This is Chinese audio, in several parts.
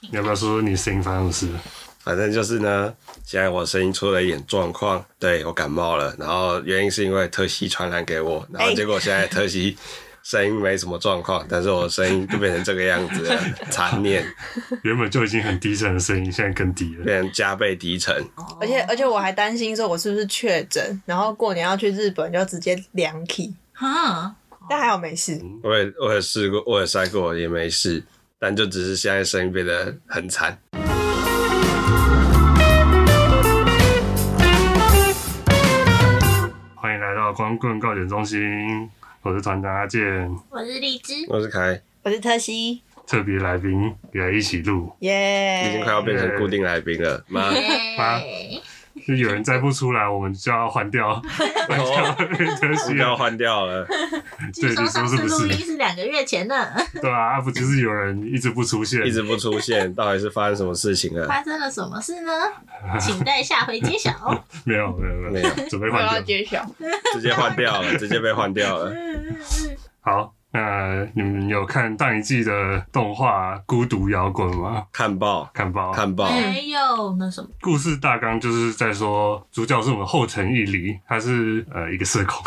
你要不要说说你声音发生的 事？反正就是呢，现在我声音出了一点状况，对我感冒了，然后原因是因为特西传染给我，然后结果现在特西声音没什么状况，但是我声音就变成这个样子了，残念，原本就已经很低沉的声音，现在更低了。变成加倍低沉。而且而且我还担心说我是不是确诊，然后过年要去日本就直接量体，哈，但还好没事。我也我也试过，我也塞过，也没事，但就只是现在声音变得很惨。欢迎来到光棍告解中心，我是团长阿健，我是荔 枝，我是凯，我是特西，特别来宾也一起录，耶、已经快要变成固定来宾了，妈，啊耶就有人再不出来，我们就要换 掉，换掉特目西标 了，换掉了，据说上次录音是两个月前 的，对啊，啊不就是有人一直不出现一，直不出现，到底是发生什么事情了？发生了什么事 呢？请待下回揭晓。没有没有没没有，有，准备我要啊换掉。揭晓，直接换掉了，直接被换掉了。好，那你们有看上一季的动画《孤独摇滚》吗？看报，看吧，看报，没有哎那什么，故事大纲就是在说，主角是我们后藤义理，他是呃一个社恐，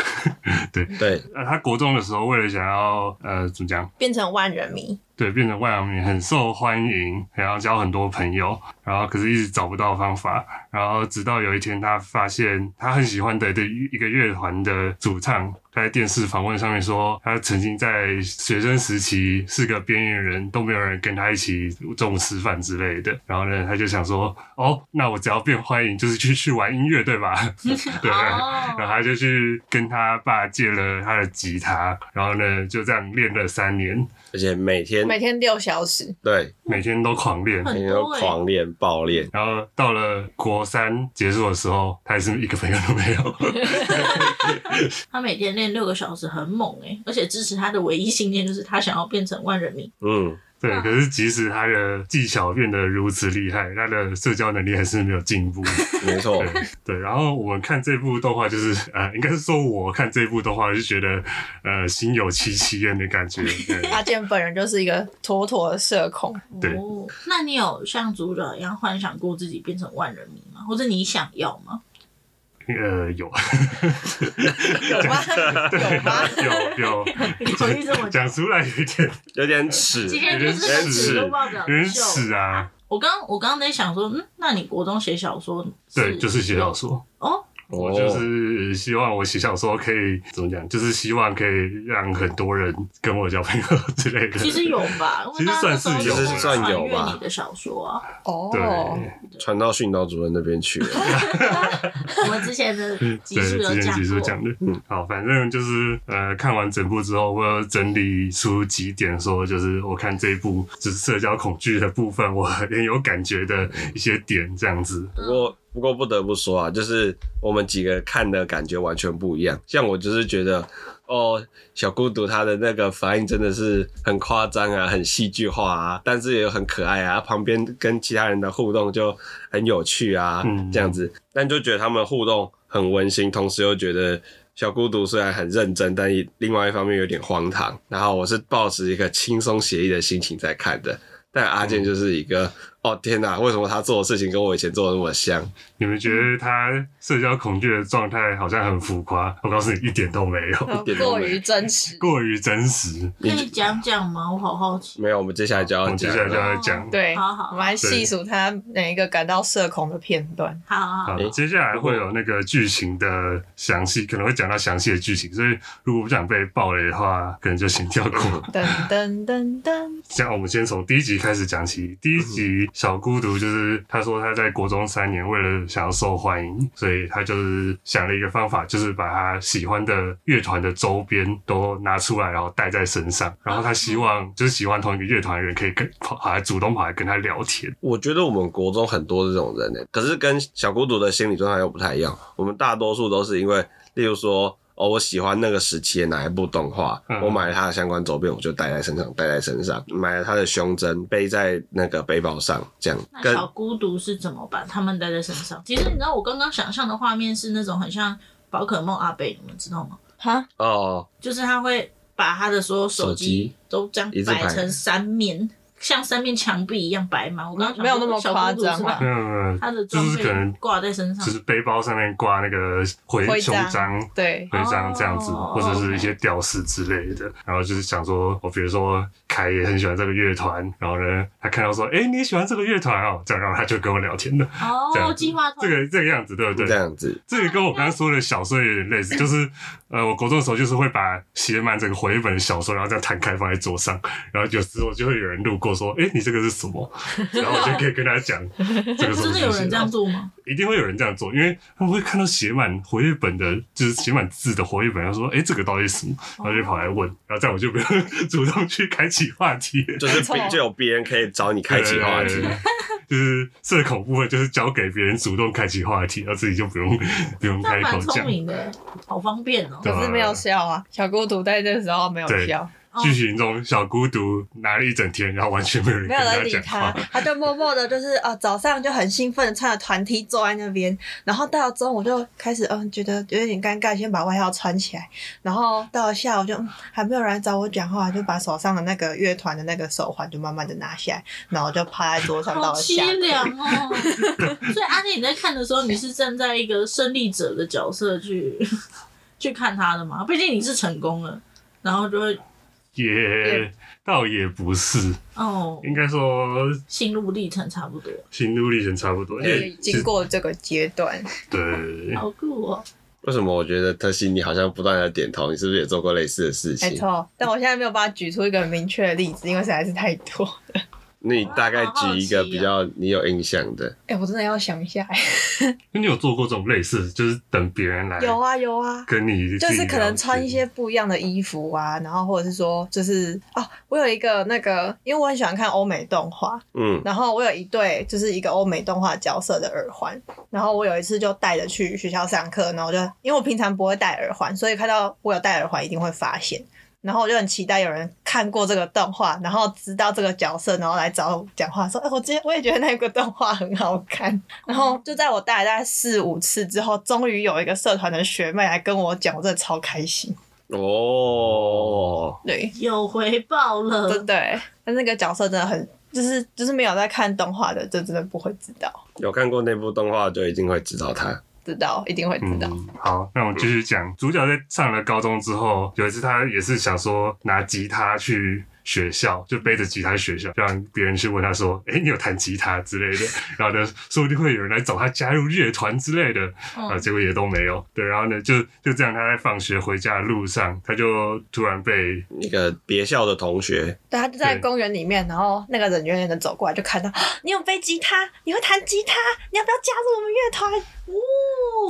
对，对，呃他国中的时候为了想要呃怎么讲，变成万人迷，对，变成外阳明很受欢迎，然后交很多朋友，然后可是一直找不到方法，然后直到有一天他发现他很喜欢的的一个乐团的主唱。他在电视访问上面说，他曾经在学生时期是个边缘人，都没有人跟他一起中午吃饭之类的。然后呢，他就想说，哦，那我只要变欢迎，就是去去玩音乐，对吧？ 对，然后 哦，他就去跟他爸借了他的吉他，然后呢就这样练了三年，而且每天每天六小时，对每天都狂练。很每天多都欸狂练暴练，然后到了国三结束的时候，他还是一个朋友都没有。他每天练六个小时，很猛哎、而且支持他的唯一信念就是他想要变成万人迷。嗯，对，嗯可是即使他的技巧变得如此厉害，他的社交能力还是没有进步。没错，对，然后我们看这部动画，就是呃，应该是说我看这部动画就觉得呃心有戚戚焉的感觉。对 阿健本人就是一个妥妥的社恐，对哦，那你有像主角一样幻想过自己变成万人迷吗？或者你想要吗？呃，有 有吗？有吗？ 有有， 你回忆这么久，讲出来有一点有点耻，今天就是很有点耻耻辱报表有点的秀。屎啊。我刚我刚在想说，嗯，那你国中写小说？对，就是写小说。哦，我就是希望我写小说可以怎么讲，就是希望可以让很多人跟我交朋友之类 的。其实有吧，因为大家那时候其实会算是有其穿越实算有吧你的小说啊， 哦，对，传到训导主任那边去了。嗯我们之前的集数对，有之前讲几过书。讲的，嗯好，反正就是呃，看完整部之后，我有整理出几点，说就是我看这一部就是社交恐惧的部分，我很有感觉的一些点，这样子。不过不过不得不说啊，就是我们几个看的感觉完全不一样。像我就是觉得，哦，小孤独他的那个反应真的是很夸张啊，很戏剧化啊，但是也很可爱啊。旁边跟其他人的互动就很有趣啊，嗯这样子。但就觉得他们互动很温馨，同时又觉得。小孤独虽然很认真，但一另外一方面有点荒唐。然后我是抱持一个轻松写意的心情在看的，但阿嗯健就是一个，哦天哪，为什么他做的事情跟我以前做的那么像？你们觉嗯得他社交恐惧的状态好像很浮夸，我告诉你，一点都没有，点都过没有于真实。过于真实。可以讲讲吗？我好好奇。没有，我们接下来就我要们接讲下来就了。要讲，哦对，好好我们来细数他哪一个感到社恐的片段。好好好，好，诶接下来会有那个剧情的详细，可能会讲到详细的剧情，所以如果不想被暴雷的话，可能就先跳过。噔噔噔噔，像我们先从第一集开始讲起。第一嗯集小孤独就是他说他在国中三年，为了想要受欢迎，所以他就是想了一个方法，就是把他喜欢的乐团的周边都拿出来，然后带在身上。然后他希望就是喜欢同一个乐团的人可以跟跑跑来主动跑来跟他聊天。我觉得我们国中很多这种人呢、可是跟小孤独的心理状态又不太一样。我们大多数都是因为，例如说，哦，我喜欢那个时期的哪一部动画，嗯我买了它的相关周边，我就带在身上，带在身上，买了它的胸针，背在那个背包上，这样那跟小孤独是怎么把他们带在身上？其实你知道，我刚刚想象的画面是那种很像宝可梦阿贝，你们知道吗？哈，哦就是他会把他的所有手手机机都这样一字摆排成三面，像三面墙壁一样白吗？我刚刚想没有那么小夸公主是张啊吧没有没有没有，他的就装是可能备挂在身上只，是背包上面挂那个徽徽胸章。对，徽章这样子，哦或者是一些吊饰之类的，然后就是想说，哦我比如说凯也很喜欢这个乐团，然后呢，他看到说，哎、你也喜欢这个乐团哦，这样，然后他就跟我聊天了，这哦，样计划通这个这个样子，对不对这？样子。这个跟我刚刚说的小说有点类似，就是呃，我国中的时候就是会把写满整个回一本小说，然后这样摊开放在桌上，然后有时候就会有人路过说：“哎、你这个是什么？”然后我就可以跟他讲这个 是真的有人这样，做吗？一定会有人这样做，因为他们会看到写满回一本的，就是写满字的回一本，然后说：“哎、这个到底是什么？”然后就跑来问，然后这样我就不用主动去开启话题，就是错别就有别人可以找你开启话对题对，对对就是社恐部分，就是交给别人主动开启话题，然后自己就不用不用这样开口蛮讲聪。明的，好方便哦。对可是没有笑啊，小孤独在这时候没有对笑，哦剧情中，小孤独拿了一整天，然后完全没有人没跟有人理讲他话。，他就默默的，就是啊、呃早上就很兴奋的穿着团 T 坐在那边，然后到了中午就开始嗯，觉得有点尴尬，先把外套穿起来，然后到了下午就、嗯还没有人来找我讲话，就把手上的那个乐团的那个手环就慢慢的拿下来，然后就趴在桌上到好了下凄课凉 哦！所以阿妮，你在看的时候，你是站在一个胜利者的角色去 去看他的吗？毕竟你是成功了，然后就会 也倒也不是，哦，应该说心路历程差不多，心路历程差不多。因就是为经过这个阶段，对，好酷哦！为什么我觉得特西你好像不断的点头？你是不是也做过类似的事没情？错。但我现在没有办法举出一个明确的例子，因为实在是太多。你大概举一个哦比较你有印象的，哎、我真的要想一下、 哎那你有做过这种类似，就是等别人来有啊有啊，跟你 就是可能自己聊天穿一些不一样的衣服啊，然后或者是说，就是哦，我有一个那个，因为我很喜欢看欧美动画，嗯，然后我有一对就是一个欧美动画角色的耳环，然后我有一次就带着去学校上课，然后我就因为我平常不会戴耳环，所以看到我有戴耳环一定会发现，然后我就很期待有人看过这个动画，然后知道这个角色，然后来找我讲话说，哎、我之前我也觉得那个动画很好看，然后就在我戴了大概四五次之后，终于有一个社团的学妹来跟我讲，我真的超开心，哦，对，有回报了，真的欸，但那个角色真的很。就是就是没有在看动画的，就真的不会知道。有看过那部动画就一定会知道它。知道，一定会知道。嗯，好，那我们继续讲。主角在上了高中之后，有一次他也是想说拿吉他去学校，就背着吉他去学校，让别人去问他说：“哎、你有弹吉他之类的？” 然后呢，说不定会有人来找他加入乐团之类的。嗯啊，结果也都没有。对，然后呢，就就这样，他在放学回家的路上，他就突然被那个别校的同学，对，他就在对公园里面，然后那个人远远的走过来，就看到啊你有背吉他，你会弹吉他，你要不要加入我们乐团？哦，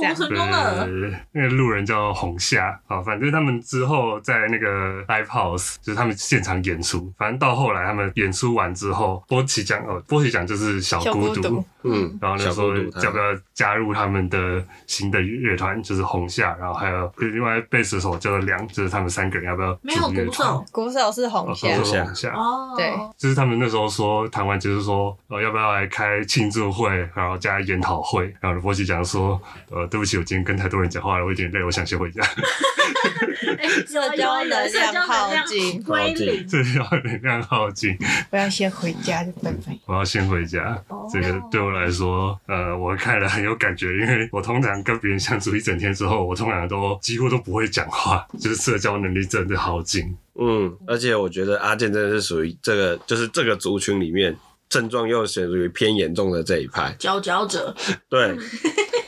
这我样成对功了，那个路人叫红夏啊，反正他们之后在那个 live house，就是他们现场演出。反正到后来他们演出完之后，波奇讲哦，波奇讲就是小小孤孤独独，嗯，然后那小时孤候独要不他，要加入他们的新的乐团，就是红夏，然后还有另外贝斯手叫做梁，就是他们三个人要不要没有组乐鼓团？手鼓手是哦，红都霞，是红夏。哦，对就是他们那时候说谈完结束说，呃，要不要来开庆祝会，然后加研讨会，然后波奇讲说，呃，对不起，我今天跟太多人讲话了，我有点累，我想先回家。 哎社交能量耗尽归零，这是要能量耗尽，我要先回家了，拜拜。我要先回家。这个对我来说，呃，我看了很有感觉，因为我通常跟别人相处一整天之后，我通常都几乎都不会讲话，就是社交能力真的耗尽。嗯，而且我觉得阿健真的是属于这个，就是这个族群里面症状又属于偏严重的这一派。佼佼者，对，嗯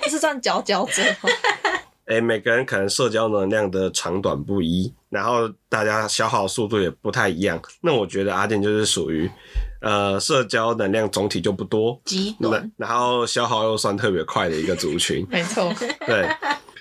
这是算佼佼者吗？。哎、每个人可能社交能量的长短不一，然后大家消耗速度也不太一样。那我觉得阿健就是属于，呃，社交能量总体就不多，极短那，然后消耗又算特别快的一个族群没错，对，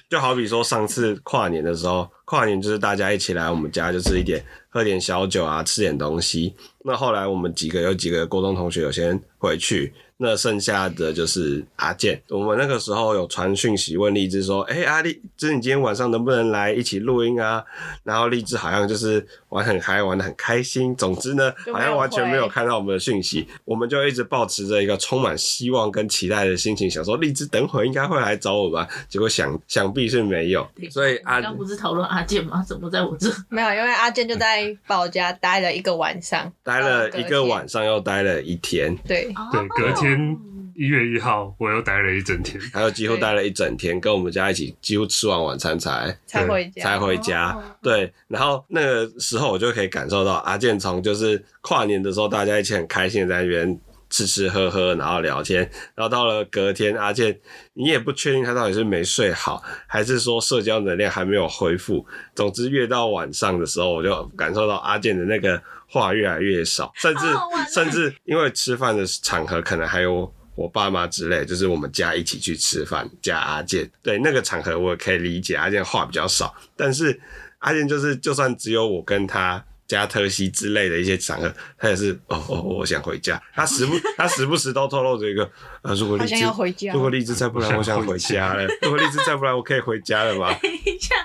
就好比说上次跨年的时候，跨年就是大家一起来我们家，就是一点喝点小酒啊，吃点东西。那后来我们几个有几个高中同学有先回去，那剩下的就是阿健。我们那个时候有传讯息问荔枝说：“哎、阿丽芝，你今天晚上能不能来一起录音啊？”然后荔枝好像就是玩很嗨，玩的很开心。总之呢，就没好有像完全回没有看到我们的讯息，我们就一直保持着一个充满希望跟期待的心情，想说荔枝等会应该会来找我吧。结果想想必是没有，所以阿啊你刚不是讨论阿健吗？怎么在我这？没有，因为阿健就在在保家待了一个晚上，待了一个晚上，又待了一天，对，对隔天哦一月一号我又待了一整天，还有几乎待了一整天，跟我们家一起几乎吃完晚餐才才回家，才回家。哦对，然后那个时候我就可以感受到阿健从就是跨年的时候，大家一起很开心的在那边吃吃喝喝，然后聊天，然后到了隔天，阿健你也不确定他到底是没睡好，还是说社交能量还没有恢复。总之，越到晚上的时候，我就感受到阿健的那个话越来越少，甚至好好玩啊甚至因为吃饭的场合可能还有。我爸妈之类，就是我们家一起去吃饭，加阿健，对那个场合我可以理解，阿健话比较少，但是阿健就是，就算只有我跟他加特西之类的一些场合，他也是哦哦，我想回家。他时不他时不时都透露着一个，呃，如果好荔枝像要回家如果荔枝再不来，我我想想回回家家了。如果荔枝再不来，我可以回家了吧？等一下，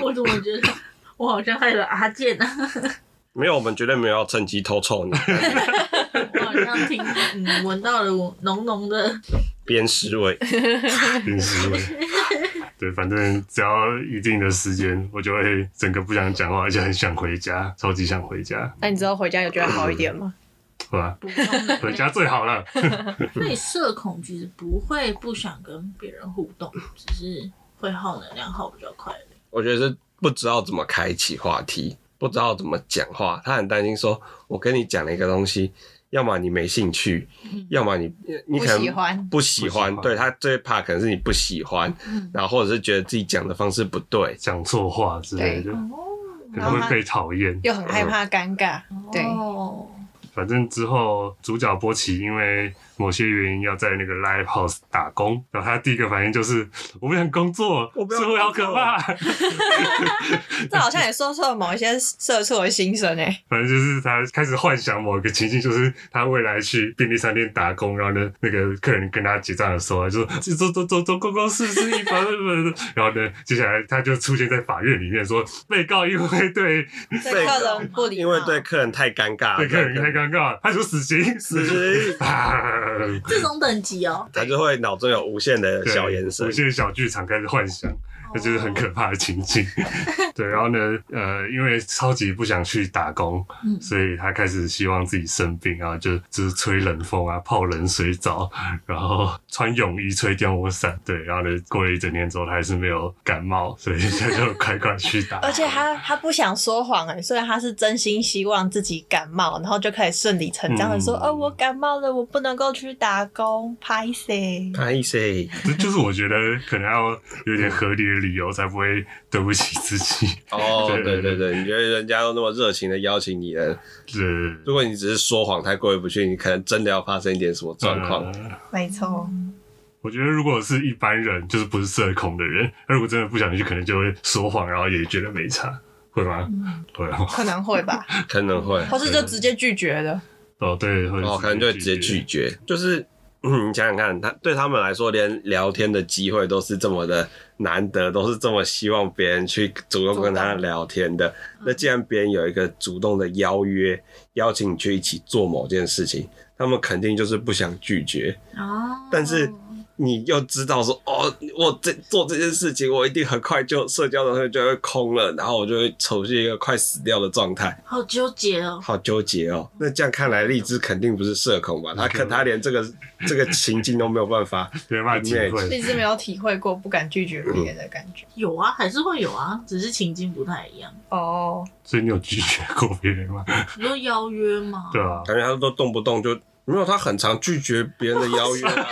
我怎么觉得我好像害了阿健啊？没有，我们绝对没有要趁机偷臭你， 我好像听嗯闻到了我浓浓的鞭尸味。真是的。对，反正只要一定的时间，我就会整个不想讲话，而且很想回家，超级想回家，那你之后回家有觉得好一点吗？对吧？补充的。回家最好了。对社恐其实不会不想跟别人互动，只是会耗能量耗比较快而已。我觉得是不知道怎么开启话题，不知道怎么讲话。他很担心说，我跟你讲了一个东西，要么你没兴趣，要么你你可能嗯不喜欢不喜不喜欢。欢对他最怕可能是你不喜欢，嗯然后或者是觉得自己讲的方式不对。讲错话之类的，嗯可能会被讨厌。又很害怕尴尬，对，哦，反正之后主角波奇因为某些原因要在那个 live house 打工，然后他第一个反应就是我不想工作，我不要社会好可怕。这好像也说出了某一些社畜的心声哎、反正就是他开始幻想某一个情境，就是他未来去便利商店打工，然后呢，那个客人跟他结账的时候，啊就说走走走走，公公是是一百， 然后呢，接下来他就出现在法院里面，说被告因为对对客人不礼貌，。因为对客人太尴尬，对客人太尴尬，他说死刑啊死刑 啊，这种等级哦，他就会脑中有无限的小延伸无。限小剧场开始幻想，那就是很可怕的情景。 对，然后呢，呃，因为超级不想去打工，嗯所以他开始希望自己生病啊，就就是吹冷风啊，泡冷水澡， 然后穿泳衣吹电风扇。对，然后呢，过了一整天之后，他还是没有感冒， 所以他就乖乖去打 而且他他不想说谎哎、虽然他是真心希望自己感冒，然后就可以顺理成章的说，嗯哦，我感冒了，我不能够去打工，拍谁？拍谁？这就是我觉得可能要有点合理的理由，才不会对不起自己。 哦，对对对对，你觉得人家都那么热情的邀请你了，是如果你只是说谎太过意不去，你可能真的要发生一点什么状况。呃没错，我觉得如果是一般人，就是不是社恐的人，那如果真的不想去，可能就会说谎，然后也觉得没差，会吗？嗯会哦，可能会吧，可能会， 或是就直接拒绝了。哦对，会哦，可能就直接拒绝。绝。就是，嗯，你想想看，他对他们来说，连聊天的机会都是这么的难得，都是这么希望别人去主动跟他聊天的。那既然别人有一个主动的邀约，邀请你去一起做某件事情，他们肯定就是不想拒绝。哦，但是你又知道说，哦，我这做这件事情，我一定很快就社交能力就会空了，然后我就会处于一个快死掉的状态，好纠结哦，好纠结哦。那这样看来，荔枝肯定不是社恐吧？他可他连这个这个情境都没有办法。没办法体会，一直没有体会过不敢拒绝别人的感觉。有啊，还是会有啊，只是情境不太一样。 哦，所以你有拒绝过别人吗？你说邀约吗？对啊，感觉他都动不动就没有，他很常拒绝别人的邀约、啊。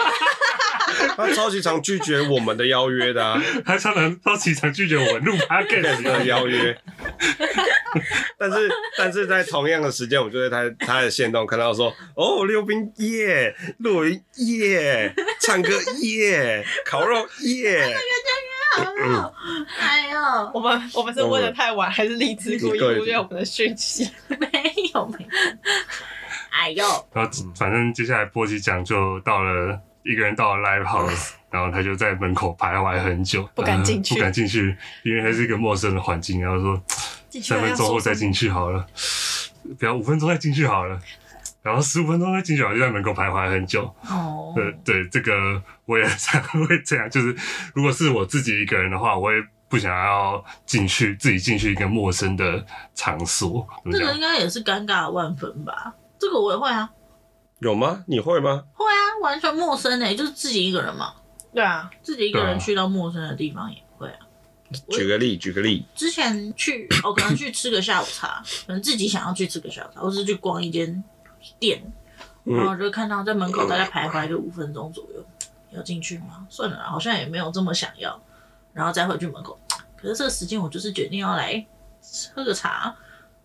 他超级常拒绝我们的邀约的、啊，他超常超级常拒绝我录 podcast 的邀约。但是，但是在同样的时间，我就在他他的线动看到说，哦，溜冰耶，露营耶，唱歌耶，烤肉耶，嗯哎呦，我们我们是问的太晚，还是荔枝故意忽略我们的讯息？没有没有，哎呦，然后反正接下来波奇讲就到了一个人到了 live house，然后他就在门口徘徊很久，不敢进去呃不敢进去，因为它是一个陌生的环境。然后说进去三了分要钟后说什再么？进去好了，不要五分钟再进去好了，然后十五分钟再进去好了，就在门口徘徊很久。哦， 对对，这个我也常会这样，就是如果是我自己一个人的话，我也不想要进去自己进去一个陌生的场所。怎么这个讲应？该也是尴尬万分吧？这个我也会啊，有吗？你会吗？会啊，完全陌生诶、就是自己一个人嘛， 对啊，自己一个对啊人去到陌生的地方也会啊。我举个例，举个例，之前去哦，可能去吃个下午茶，可能自己想要去吃个下午茶，或是去逛一间店，嗯然后就看到在门口大概徘徊个五分钟左右，要进去吗？算了啦，好像也没有这么想要，然后再回去门口。可是这个时间我就是决定要来喝个茶，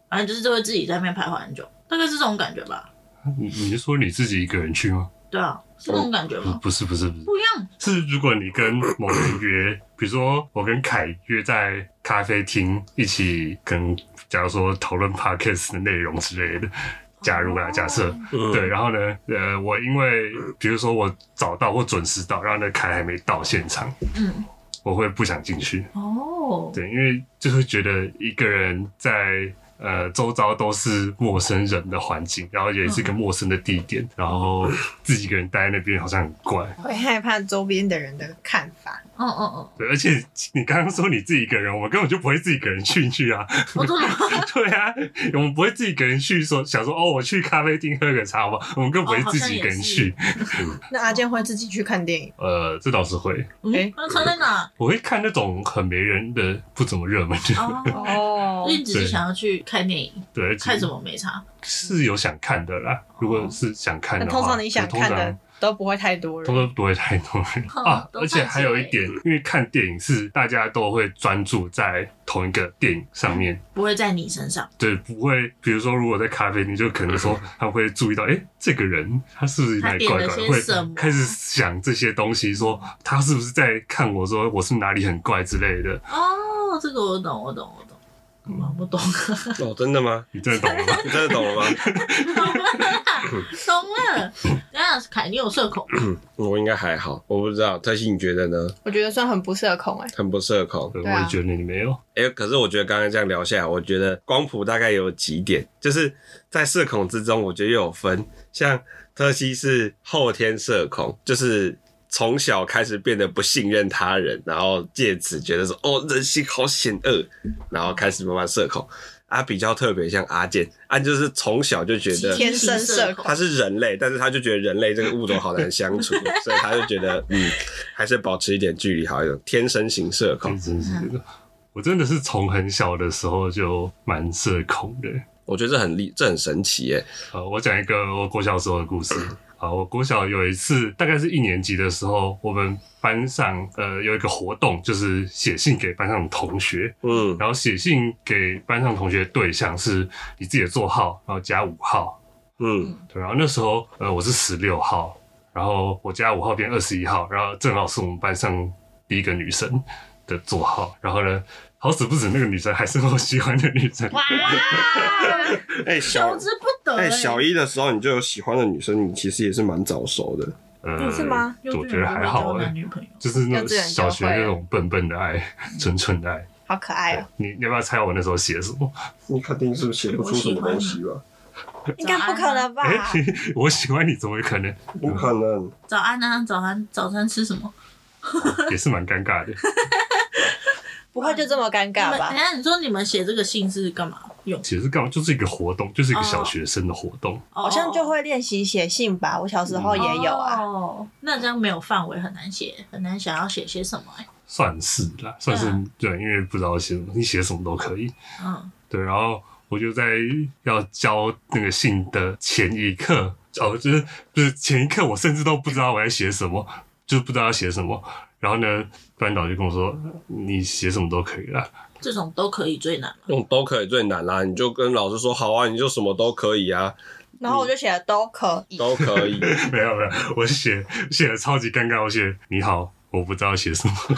反正就是就会自己在那边徘徊很久，大概是这种感觉吧。你你是说你自己一个人去吗？对啊，是这种感觉不吗？不是不是不是，不一样，是如果你跟某人约， 比如说我跟凯约在咖啡厅一起，跟假如说讨论 podcast 的内容之类的，假如啊，哦假设嗯对，，然后呢，呃，我因为比如说我早到或准时到，然后呢凯还没到现场，嗯，我会不想进去，哦，对，因为就是觉得一个人在。呃，周遭都是陌生人的环境，然后也是一个陌生的地点，然后自己一个人待在那边好像很怪。会害怕周边的人的看法。嗯嗯嗯，对，而且你刚刚说你自己一个人，我们根本就不会自己一个人去去啊。我哦真的吗对啊，我们不会自己一个人去说想说哦，我去咖啡厅喝个茶吧，我们更不会自己一个人去。那阿健会自己去看电影，呃，这倒是会，嗯诶，那穿在哪？我会看那种很没人的、不怎么热门的。哦，哦所以你只对是想要去看电影，对，看什么没差。是有想看的啦。如果是想看那的话，通常你想我通看常的都不会太多通人，常不会太多人哼啊，都而且看还起有来一点，因为看电影是大家都会专注在同一个电影上面，不会在你身上，对，不会，比如说，如果在咖啡厅，就可能说他会注意到，哎、这个人他是不是哪里怪怪的，他点了些什会么开始想这些东西，说他是不是在看我，说我是不是哪里很怪之类的。哦，这个我懂，我懂，我懂，嗯我不懂，哦，真的吗？你真的懂了吗？ 你真的懂了吗？ 懂了。等一下，凯，你有社恐吗？我应该还好，我不知道。特西，你觉得呢？我觉得算很不社恐哎、很不社恐。对对啊我也觉得你没有，哎、可是我觉得刚刚这样聊下来，我觉得光谱大概有几点，就是在社恐之中，我觉得又有分。像特西是后天社恐，就是从小开始变得不信任他人，然后借此觉得说哦人心好险恶，然后开始慢慢社恐。啊，比较特别，像阿健，阿、健就是从小就觉得天生社恐他是人类，但是他就觉得人类这个物种好难相处，所以他就觉得嗯，还是保持一点距离好一点。天生型社恐，真嗯是的。我真的是从很小的时候就蛮社恐的。我觉得这很厉，这很神奇耶。呃，我讲一个我国小时候的故事。啊，我国小有一次，大概是一年级的时候，我们班上呃有一个活动，就是写信给班上的同学。嗯，然后写信给班上同学的对象是你自己的座号，然后加五号。嗯，对，然后那时候呃我是十六号，然后我加五号变二十一号，然后正好是我们班上第一个女生的座号。然后呢，好死不死那个女生还是我喜欢的女生。哇，哎、求小之不得哎、小一的时候你就有喜欢的女生，你其实也是蛮早熟的。呃，是吗幼稚我园觉得还好就交哎、男女朋友，就是那幼种稚园就小学会那了种笨笨的爱，纯纯的爱。好可爱哦、你你要不要猜我那时候写什么？你肯定是写不出什么东西吧？应该不可能吧？哎、我喜欢你，怎么可能？不可能。早安啊，早安，早餐吃什么？也是蛮尴尬的。 不会就这么尴尬你们吧等一？下，你说你们写这个信是干嘛用？其实干嘛？就是一个活动，就是一个小哦学生的活动。好好像就会练习写信吧，我小时候也有啊。哦，那这样没有范围，很难写，很难想要写些什么哎。算是啦，算是对啊对，因为不知道写什么，你写什么都可以。嗯，对，然后我就在要交那个信的前一刻，哦，就是就是前一刻，我甚至都不知道我在写什么，就是不知道要写什么。然后呢，班导就跟我说：“你写什么都可以啦。 这种都可以最难嘛。用都可以最难啦、你就跟老师说好啊，你就什么都可以啊，然后我就写了都可以，都可 以。”没有没有，我写写的超级尴尬，我写你好，我不知道写什么。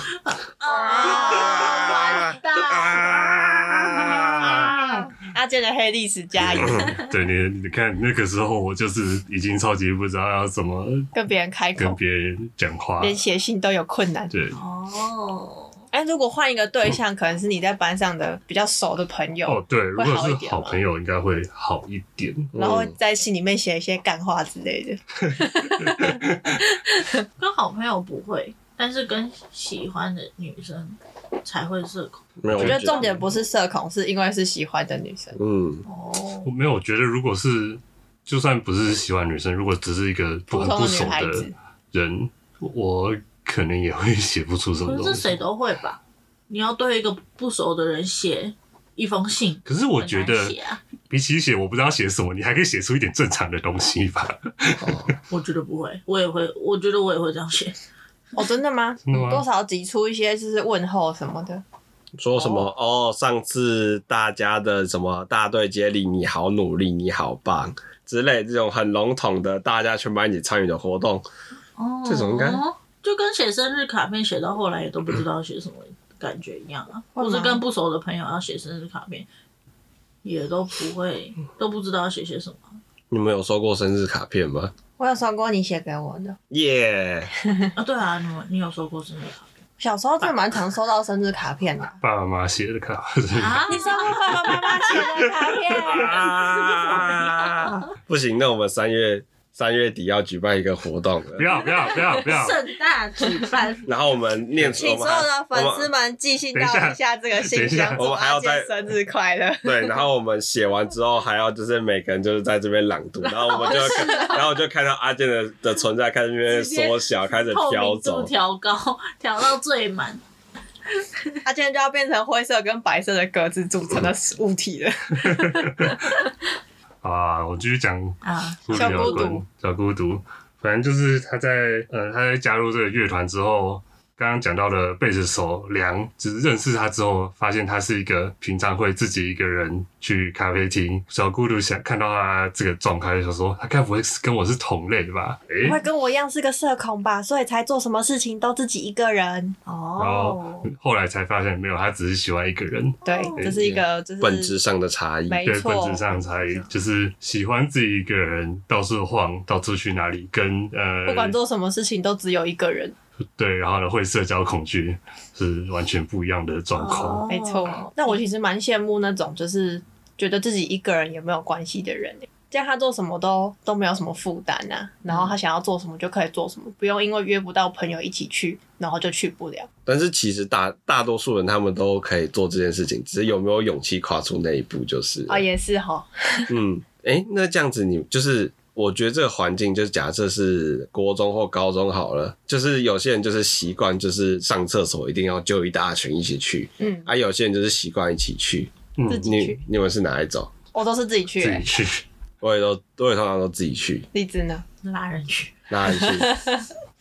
啊，完啊！蛋！阿健的黑历史加一，对你，你看那个时候我就是已经超级不知道要怎么跟别人开跟口，别人讲话。连写信都有困难。对，哦，哎，如果换一个对象，可能是你在班上的比较熟的朋哦友，，对，如会果好一是点好吗朋友，应该会好一点。然后在信里面写一些干话之类的。跟好朋友不会，但是跟喜欢的女生才会社恐没有，我觉得重点不是社恐，是因为是喜欢的女生。嗯，哦我。没有，我觉得如果是就算不是喜欢女生，如果只是一个不普很通不的女熟孩的子，人，我可能也会写不出什么可东是西。谁都会吧？你要对一个不熟的人写一封信，可是我觉很难得写，啊，比起写我不知道写什么，你还可以写出一点正常的东西吧？ 我觉得不会，我也会，我觉得我也会这样写。哦，真的吗？真的吗多少挤出一些就是问候什么的。说什么哦上次大家的什么大队接力，你好努力，你好棒之类这种很笼统的，大家全班一起参与的活动，哦，这种应该就跟写生日卡片写到后来也都不知道写什么感觉一样 啊，会吗或者跟不熟的朋友要写生日卡片，也都不会都不知道要写 些什么。你们有收过生日卡片吗？我有收过你写给我的，耶、啊，对啊，你们你有收过生日卡小时候真的蛮常收到生日卡片 的。爸爸妈妈写的卡，片啊？你收过爸爸妈妈写的卡片？啊！ 不行，那我们三月三月底要举办一个活动了不要不要不要不要！盛大举办，然后我们念出 请我所们还有的粉丝我们们寄信到等一下以下这个信等一下箱，我们还要祝阿健再生日快 乐。对，然后我们写完之后还要就是每个人就是在这边朗读，然后我们就看，然后我就看到阿健的的存在开始变得缩小，开始透飘明度走。调 高，调到最满。他今天就要变成灰色跟白色的格子组成的物体了。啊，我继续讲啊，孤独小摇孤滚独，小孤独。反正就是他在呃，他在加入这个乐团之后，刚刚讲到的贝斯手梁，只是认识他之后，发现他是一个平常会自己一个人去咖啡厅。小孤独想看到他这个状态，就说他该不会是跟我是同类的吧？诶、不会跟我一样是个社恐吧？所以才做什么事情都自己一个人。然后哦，后来才发现没有，他只是喜欢一个人。对，这是一个就是本质上的差异，嗯没对，错本质上差异就是喜欢自己一个人到处晃，到处去哪里，跟呃，不管做什么事情都只有一个人，对，然后呢，会社交恐惧是完全不一样的状况。哦没错。但我其实蛮羡慕那种就是觉得自己一个人也没有关系的人耶，欸这样他做什么都都没有什么负担啊，然嗯后他想要做什么就可以做什么，不用因为约不到朋友一起去，然后就去不了。但是其实大大多数人他们都可以做这件事情，只是有没有勇气跨出那一步就是。啊，也是哈，嗯，哎、那这样子你就是，我觉得这个环境就是假设是国中或高中好了，就是有些人就是习惯就是上厕所一定要就一大群一起去，嗯，啊，有些人就是习惯一起去。自嗯，己你去你们是哪一种？我都是自己去自己耶。去，我也都我也通常都自己去，荔枝呢？拉人去，拉 人去。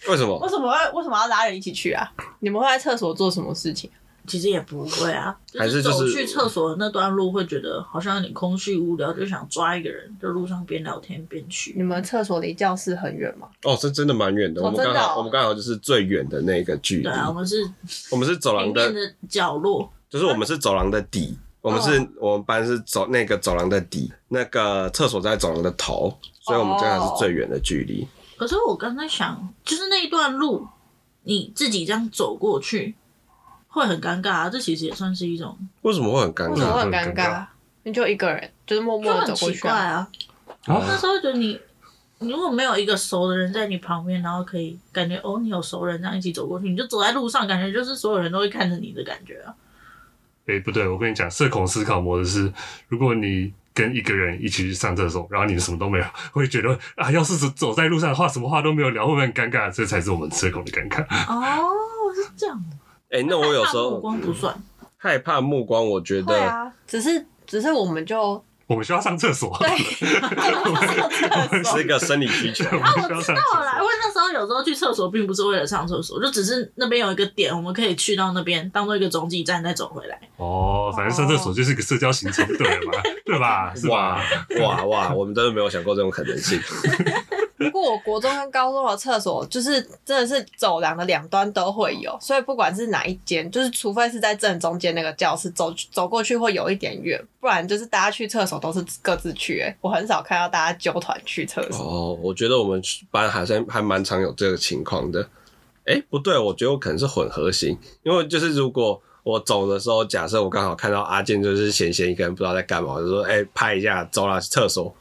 为什为么？什么要为什么要拉人一起去啊？你们会在厕所做什么事情？啊其实也不会啊，还是就是走去厕所的那段路会觉得好像有点空虚无聊，就想抓一个人，就路上边聊天边你去。们厕所离教室很远吗？哦，是真的蛮远的。哦我们刚真的好哦我们刚好就是最远的那个距离对，啊，我们是我们是走平廊面的，的角落，就是我们是走廊的底。我们是，我们班是走那个走廊的底，那个厕所在走廊的头，所以我们刚好是最远的距离。可是我刚才想，就是那一段路，你自己这样走过去，会很尴尬啊。这其实也算是一种，为什么会很尴为什么尬？会很尴很尴尬啊尬？你就一个人，就是默默就的很走过奇去怪啊。啊。 啊那时候觉得你，你如果没有一个熟的人在你旁边，然后可以感觉哦，你有熟人这样一起走过去，你就走在路上，感觉就是所有人都会看着你的感觉啊。哎、不对，我跟你讲，社恐思考模式是，如果你跟一个人一起去上厕所，然后你们什么都没有， 会觉得啊，要是走走在路上的话，什么话都没有聊，会不会很尴尬？这才是我们社恐的尴尬。哦，是这样。哎、那我有时怕目候嗯光不算，害怕目光，我觉会得啊，只是只是我们就我们需要上厕所， 对是一个生理需求。啊我们需要上厕后来因所。为那时候有时候去厕所并不是为了上厕所，就只是那边有一个点，我们可以去到那边当做一个中继站再走回来。哦，反正上厕所就是一个社交行程，对了吧？对吧？ 是吧哇？哇哇！我们真的没有想过这种可能性。不过我国中跟高中的厕所就是真的是走廊的两端都会有，所以不管是哪一间，就是除非是在正中间那个教室走走过去会有一点远，不然就是大家去厕所都是各自去、欸。我很少看到大家纠团去厕所。哦，我觉得我们班好像还蛮常有这个情况的。哎、不对，我觉得我可能是混合型，因为就是如果我走的时候，假设我刚好看到阿健就是闲闲一个人不知道在干嘛，我就说哎、诶拍一下，走啦，去厕所。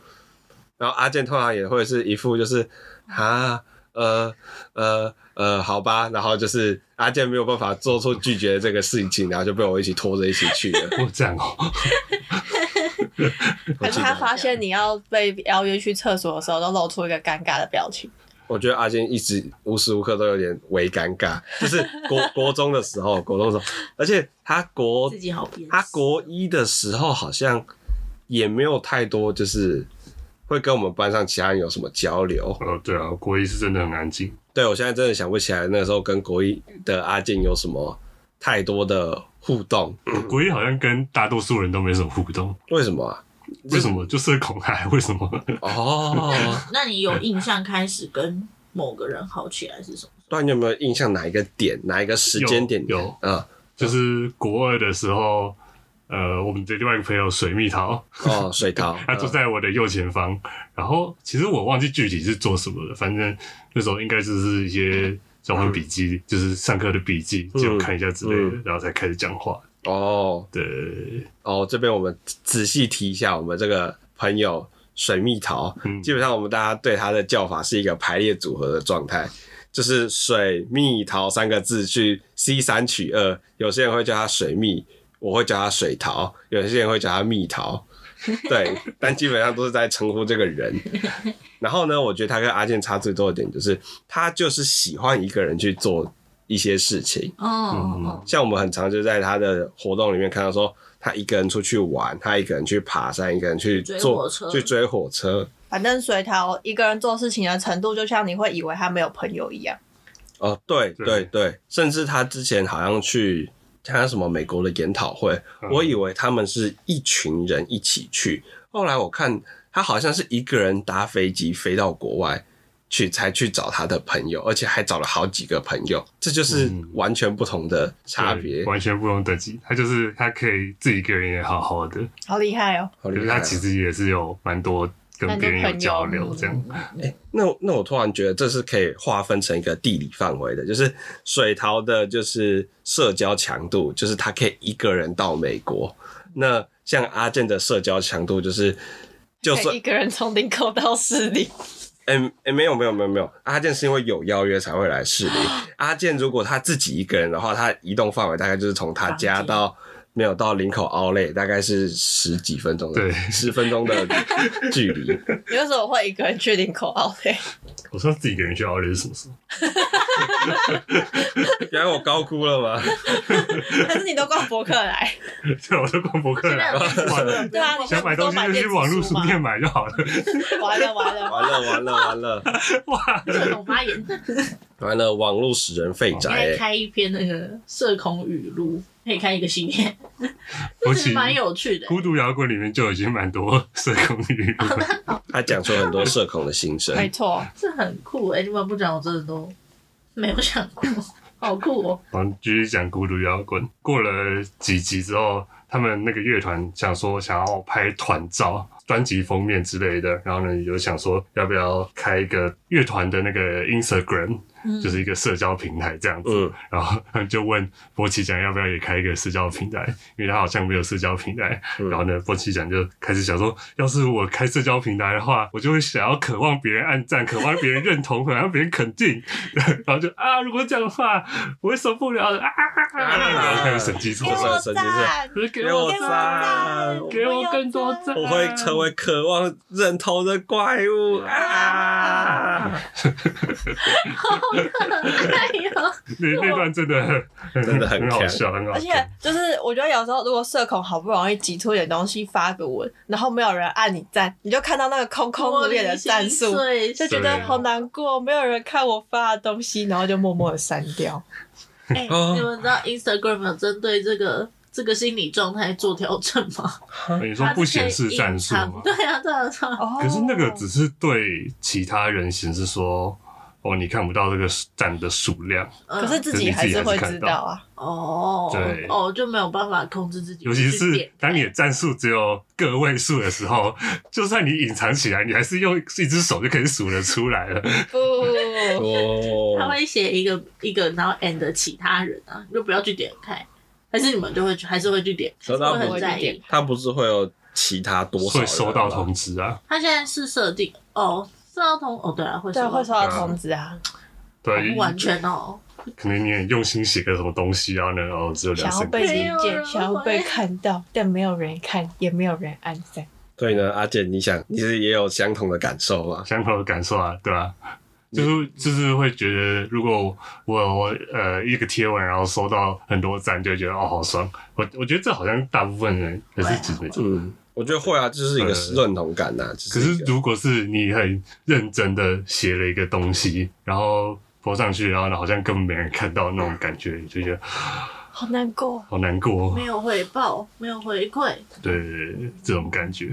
然后阿健通常也会是一副就是啊呃呃呃，好吧，然后就是阿健没有办法做出拒绝这个事情，然后就被我一起拖着一起去了。我这样哦、我可是记他得，发发现现你要被邀约去厕所的时候，都露出一个尴尬的表情。我觉得阿健一直无时无刻都有点微尴尬， 就是国国中的时候，国中的时候，而且他哦国自己好憋死。他国一的时候好像也没有太多，就是会跟我们班上其他人有什么交流。哦，对啊，国一是真的很安静，对我现在真的想不起来那时候跟国一的阿健有什么太多的互动，国一好像跟大多数人都没什么互动，为什么啊？为什么就社恐还为什么？哦，那你有印象开始跟某个人好起来是什么？不然你有没有印象哪一个点，哪一个时间点？有有啊、就是国二的时候，呃，我们的另外一个朋友水蜜桃，哦，水桃， 他坐在我的右前方，然后其实我忘记具体是做什么了，反正那时候应该就是一些交换笔记，就是上课的笔记，嗯就看一下之类的，嗯然后才开始讲话。哦对，哦，这边我们仔细提一下，我们这个朋友水蜜桃，嗯基本上我们大家对它的叫法是一个排列组合的状态，就是水蜜桃三个字去 C 三取二，有些人会叫它水蜜，我会叫它水桃，有些人会叫它蜜桃，对，但基本上都是在称呼这个人。然后呢，我觉得他跟阿健差最多的点就是，他就是喜欢一个人去做一些事情。哦嗯哦哦，像我们很常就在他的活动里面看到说，他一个人出去玩，他一个人去爬山，一个人去追坐火车去追火车。反正水桃一个人做事情的程度，就像你会以为他没有朋友一样。哦，对对对对，甚至他之前好像去参加什么美国的研讨会，嗯我以为他们是一群人一起去，后来我看他好像是一个人搭飞机飞到国外。去才去找他的朋友，而且还找了好几个朋友，这就是嗯完全不同的差对。别完全不同等级。他就是他可以自己一个人也好好的，好厉害哦！好可厉是害他哦其实也是有蛮多跟别人有交流这样。那我那我突然觉得这是可以划分成一个地理范围的，就是水桃的，就是社交强度，就是他可以一个人到美国。那像阿健的社交强度就是，就可算以一个人从林口到市里， 哎哎、没有没有没有没有，阿健是因为有邀约才会来市里。阿健如果他自己一个人的话，他移动范围大概就是从他家房间到没有到林口奥莱，大概是十几分钟的对十分钟的距离。你为什么会一个人去林口奥莱？我说自己一个人去奥利是什么时候？原来我高估了吗？但是你都逛博客来，对， 我都逛博客现在来有电子书了。了， 对啊，你想买东西就去网络书店买就好了。 完了完了，完了完了完了 哇，社恐 发言，你完了，网络使人肺可宅、以欸。开一篇那个社恐语录，可以开一个系列，我这其是实 蛮有趣的。孤独摇滚里面就已经蛮多 社恐语 录了。他讲出很多社恐的心 声。 没错，这很酷哎、你们不讲我真的都没有想 过，好酷哦、然后继续讲孤独摇滚。过了几集之后，他们那个乐团想说想要拍团照、专辑封面之类的，然后呢有想说要不要开一个乐团的那个 Instagram，、嗯就是一个社交平台这样子。嗯，然后 他们就问波奇讲要不要也开一个社交平台，因为他好像没有社交平台。嗯然后呢，波奇讲就开始想说，要是我开社交平台的话，我就会想要渴望别人按赞，渴望别人认同，渴望别人肯定。 然后就啊，如果这样的话，我会受不了的啊！然后开始审计错给我了，神经赞，就是给给我我赞，赞，给我更多赞，我会成为渴望认同的怪物啊！哎呦，那那段真的很真的很很好强笑，很好而且笑。就是我觉得有时候如果社恐好不容易挤出一点东西发个文，然后没有人按你赞，你就看到那个空空如也的赞数，脱离就心碎觉对啊得好难过，没有人看我发的东西，然后就默默的删掉。哎哦你们知道 Instagram 有针对这个这个心理状态做调整吗？你说不显示战术吗？对啊，对啊，对啊。哦，可是那个只是对其他人显示说，哦，你看不到这个赞的数量，嗯可是自己还是会知道啊。哦，对哦，就没有办法控制自己，尤其去是点当你的赞数只有个位数的时候， 就算你隐藏起来，你还是用一只手就可以数得出来了。 不，他哦，会写一个一个，然后 and 其他人啊，你就不要去点开，还是你们就会去，还是会去点，还收是到会不很会在去点意。他不是会有其他多少会人收到吗通知啊，他现在是设定哦，设到同哦，对啊，会收对，到会收到通知啊。对，不完全哦。可能你很用心写个什么东西，然后呢，哦，只有两想要三被个字。没理有解人，想要被会看到，但没有人看，也没有人按赞。所以呢，阿健，你想你是也有相同的感受吗？相同的感受啊，对吧、就是就是会觉得，如果我我呃一个贴文，然后收到很多赞，就会觉得哦好爽。我我觉得这好像大部分人还啊是只能。嗯，我觉得会啊，就是一个呃认同感呐、啊。只可是一是个如果是你很认真的写了一个东西，然后播上去，然后好像根本没人看到那种感觉，就觉得好难过。好难过。没有回报，没有回馈，对这种感觉，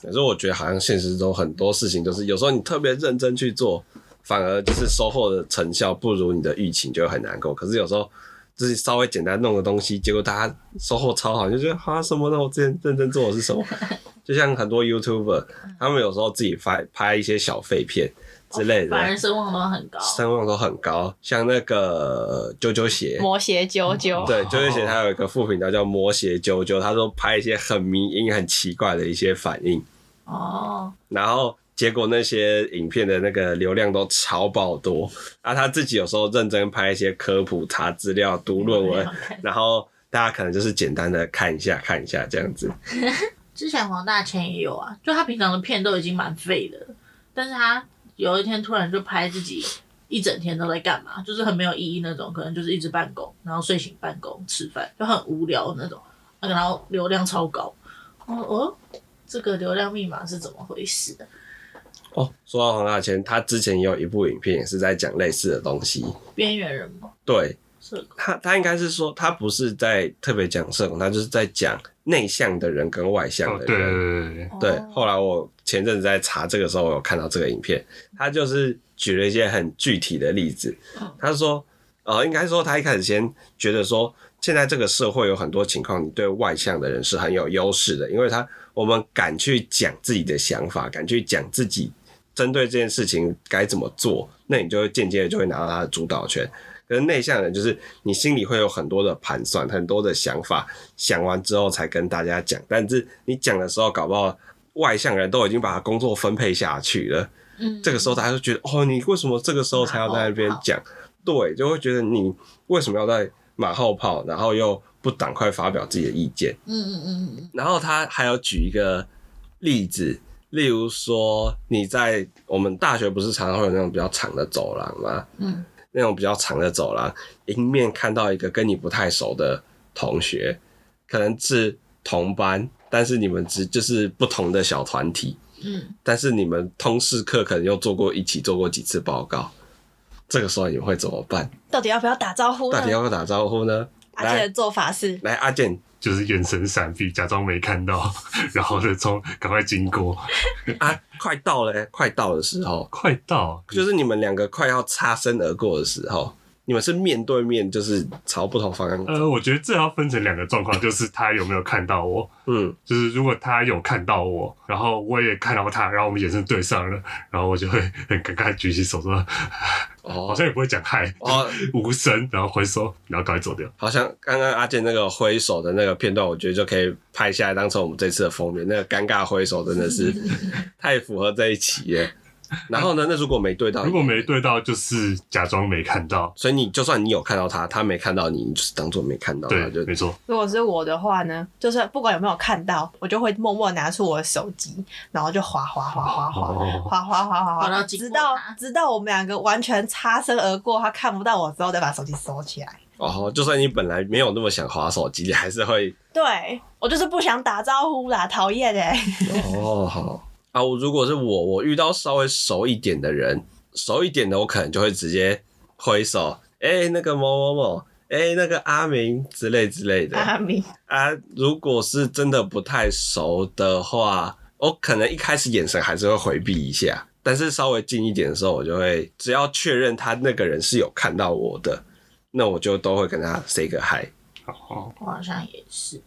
可是我觉得好像现实中很多事情都是，有时候你特别认真去做，反而就是收获的成效不如你的预期，你就会很难过。可是有时候就是稍微简单弄个东西，结果大家收获超好，你就觉得啊什么呢？我之前认真做的是什么？就像很多 YouTuber，他嗯们有时候自己拍拍一些小废片之类的，哦反而哦声望都很高。声望都很高。像那个啾啾鞋，魔鞋九九，嗯对，就是哦写他有一个副频道叫“魔鞋啾啾”，他说拍一些很迷因、很奇怪的一些反应，哦，然后结果那些影片的那个流量都超爆多。啊，他自己有时候认真拍一些科普、查资料、读论文 没有，看然后大家可能就是简单的看一下、看一下这样子。之前黄大千也有啊，就他平常的片都已经蛮废的了，但是他有一天突然就拍自己一整天都在干嘛，就是很没有意义那种，可能就是一直办公，然后睡醒办公吃饭，就很无聊那种，那个然后流量超高。哦哦，这个流量密码是怎么回事啊？哦，说到黄大千，他之前也有一部影片也是在讲类似的东西，边缘人吗？对。社恐他他应该是说，他不是在特别讲社恐，他就是在讲内向的人跟外向哦的人。对对对对，对，哦后来我前阵子在查这个时候，我有看到这个影片，他就是举了一些很具体的例子嗯。他说，呃，应该说他一开始先觉得说，现在这个社会有很多情况，你对外向的人是很有优势的，因为他我们敢去讲自己的想法，敢去讲自己针对这件事情该怎么做，那你就会间接的就会拿到他的主导权。可是内向人就是你心里会有很多的盘算，很多的想法，想完之后才跟大家讲。但是你讲的时候，搞不好外向人都已经把工作分配下去了，嗯这个时候大家就觉得，哦，你为什么这个时候才要在那边讲？对，就会觉得你为什么要在马后炮，然后又不赶快发表自己的意见？嗯嗯嗯嗯然后他还有举一个例子，例如说你在我们大学不是常常会有那种比较长的走廊吗？嗯，那种比较长的走廊，迎面看到一个跟你不太熟的同学，可能是同班，但是你们只就是不同的小团体，嗯，但是你们通识课可能又做过一起做过几次报告，这个时候你们会怎么办？到底要不要打招呼到呢底？要不要打招呼呢？而且来的做法是，来，阿 健，就是眼神闪避，假装没看到， 然后呢，从赶快经过，啊，快到了、快到的时候，快到，就是你们两个快要擦身而过的时候，你们是面对面，就是朝不同方向走。呃，我觉得这要分成两个状况，就是他有没有看到我，嗯，就是如果他有看到我，然后我也看到他，然后我们眼神对上了，然后我就会很尴尬地举起手说， 好哦像也不会讲嗨，哦，无声，然后挥手，然后赶快走掉。好像刚刚阿健那个挥手的那个片段，我觉得就可以拍下来当成我们这次的封面。那个尴尬挥手真的 是太符合这一期耶。然后呢，那如果没对到，啊如果没，对到，就是假装没看到。所以你就算你有看到他，他没看到你，你就是当做没看到他，对就，没错，如果是我的话呢，就是不管有没有看到，我就会默默拿出我的手机，然后就滑滑滑滑滑。哦，滑滑滑滑滑到滑，经直过到他直到我们两个完全擦身而过，他看不到我之后，再把手机收起来。哦，就算你本来没有那么想划手机，你还是会对我就是不想打招呼啦，讨厌哎、 哦，好啊，我如果是我，我遇到稍微熟一点的人，熟一点的，我可能就会直接挥手，哎、那个某某某，哎、那个阿明之类之类的阿明，啊。如果是真的不太熟的话，我可能一开始眼神还是会回避一下，但是稍微近一点的时候，我就会只要确认他那个人是有看到我的，那我就都会跟他 say 个 hi。哦，我好像也是。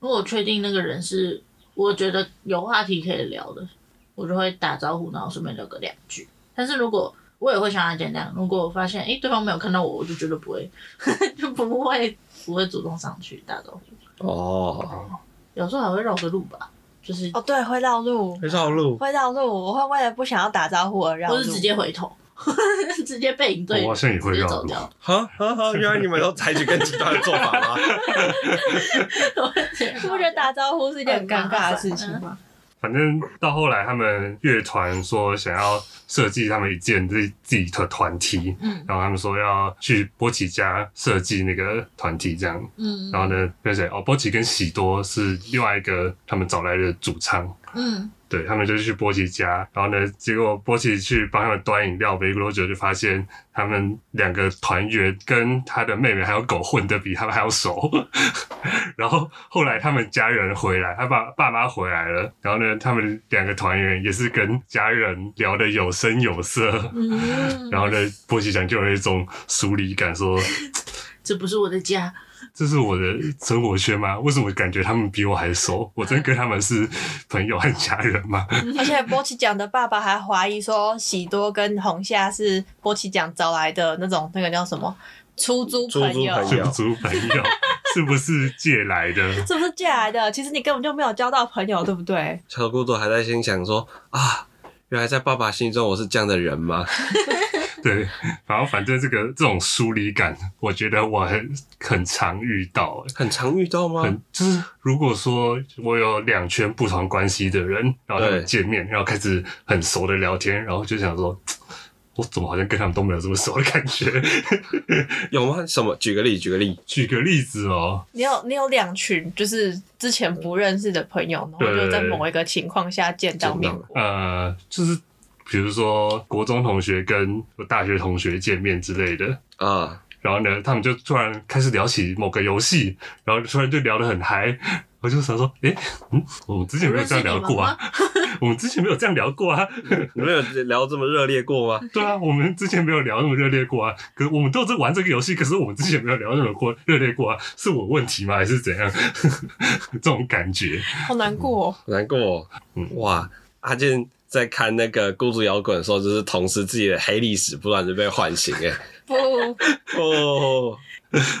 如果我确定那个人是我觉得有话题可以聊的，我就会打招呼，然后顺便聊个两句。但是如果我也会像他这样，如果我发现诶对方没有看到我，我就绝对不会， 就不会不会主动上去打招呼。哦，有时候还会绕个路吧，就是哦对，会绕路，绕路会绕路，我会为了不想要打招呼而绕路，或是直接回头。直接背影对我好像也会直接绕走路啊掉。哈哈哈！原来你们都采取更极端的做法吗？我觉你不觉得打招呼是一件很尴尬的啊事情吗？反正到后来，他们乐团说想要设计他们一件自己自己的团体，嗯然后他们说要去波奇家设计那个团体这样。嗯，然后呢，跟谁？哦，波奇跟喜多是另外一个他们找来的主唱， 嗯，对他们就去波奇家。然后呢，结果波奇去帮他们端饮料，没多久就发现他们两个团员跟他的妹妹还有狗混得比他们还要熟。 然后后来他们家人回来，他爸爸妈回来了，然后呢，他们两个团员也是跟家人聊得有声有色。嗯然后呢，波奇讲就有一种疏离感，说。这不是我的家，这是我的生活圈吗？为什么感觉他们比我还熟？我真跟他们是朋友和家人吗？嗯而且波奇讲的爸爸还怀疑说，喜多跟红夏是波奇讲找来的那种那个叫什么出租朋出租友，朋是友不是朋友？是不是借来的？是不是借来的？其实你根本就没有交到朋友，对不对？小骨朵还在心想说啊，原来在爸爸心中我是这样的人吗？对，然后反正这个这种疏离感，我觉得我很很常遇到、很常遇到吗？很就是，如果说我有两圈不同关系的人，然后他们对见面，然后开始很熟的聊天，然后就想说，我怎么好像跟他们都没有这么熟的感觉？ 有吗？什么？举个例，举个例。举个例子哦，你有你有两群，就是之前不认识的朋友，然后就在某一个情况下见到面见过。呃，就是比如说国中同学跟大学同学见面之类的，啊，然后呢，他们就突然开始聊起某个游戏，然后突然就聊得很嗨。我就想说，诶，嗯，我们之前没有这样聊过啊，哦我们之前没有这样聊过啊，你们有聊这么热烈过吗？对啊，我们之前没有聊那么热烈过啊，可是我们都在玩这个游戏，可是我们之前没有聊那么过热烈过啊，是我问题吗？还是怎样？ 这种感觉，好难过、哦。好难过哦、嗯哇！阿健在看那个《孤独摇滚》的时候，就是同时自己的黑历史不断的被唤醒， 哎， 不，哦，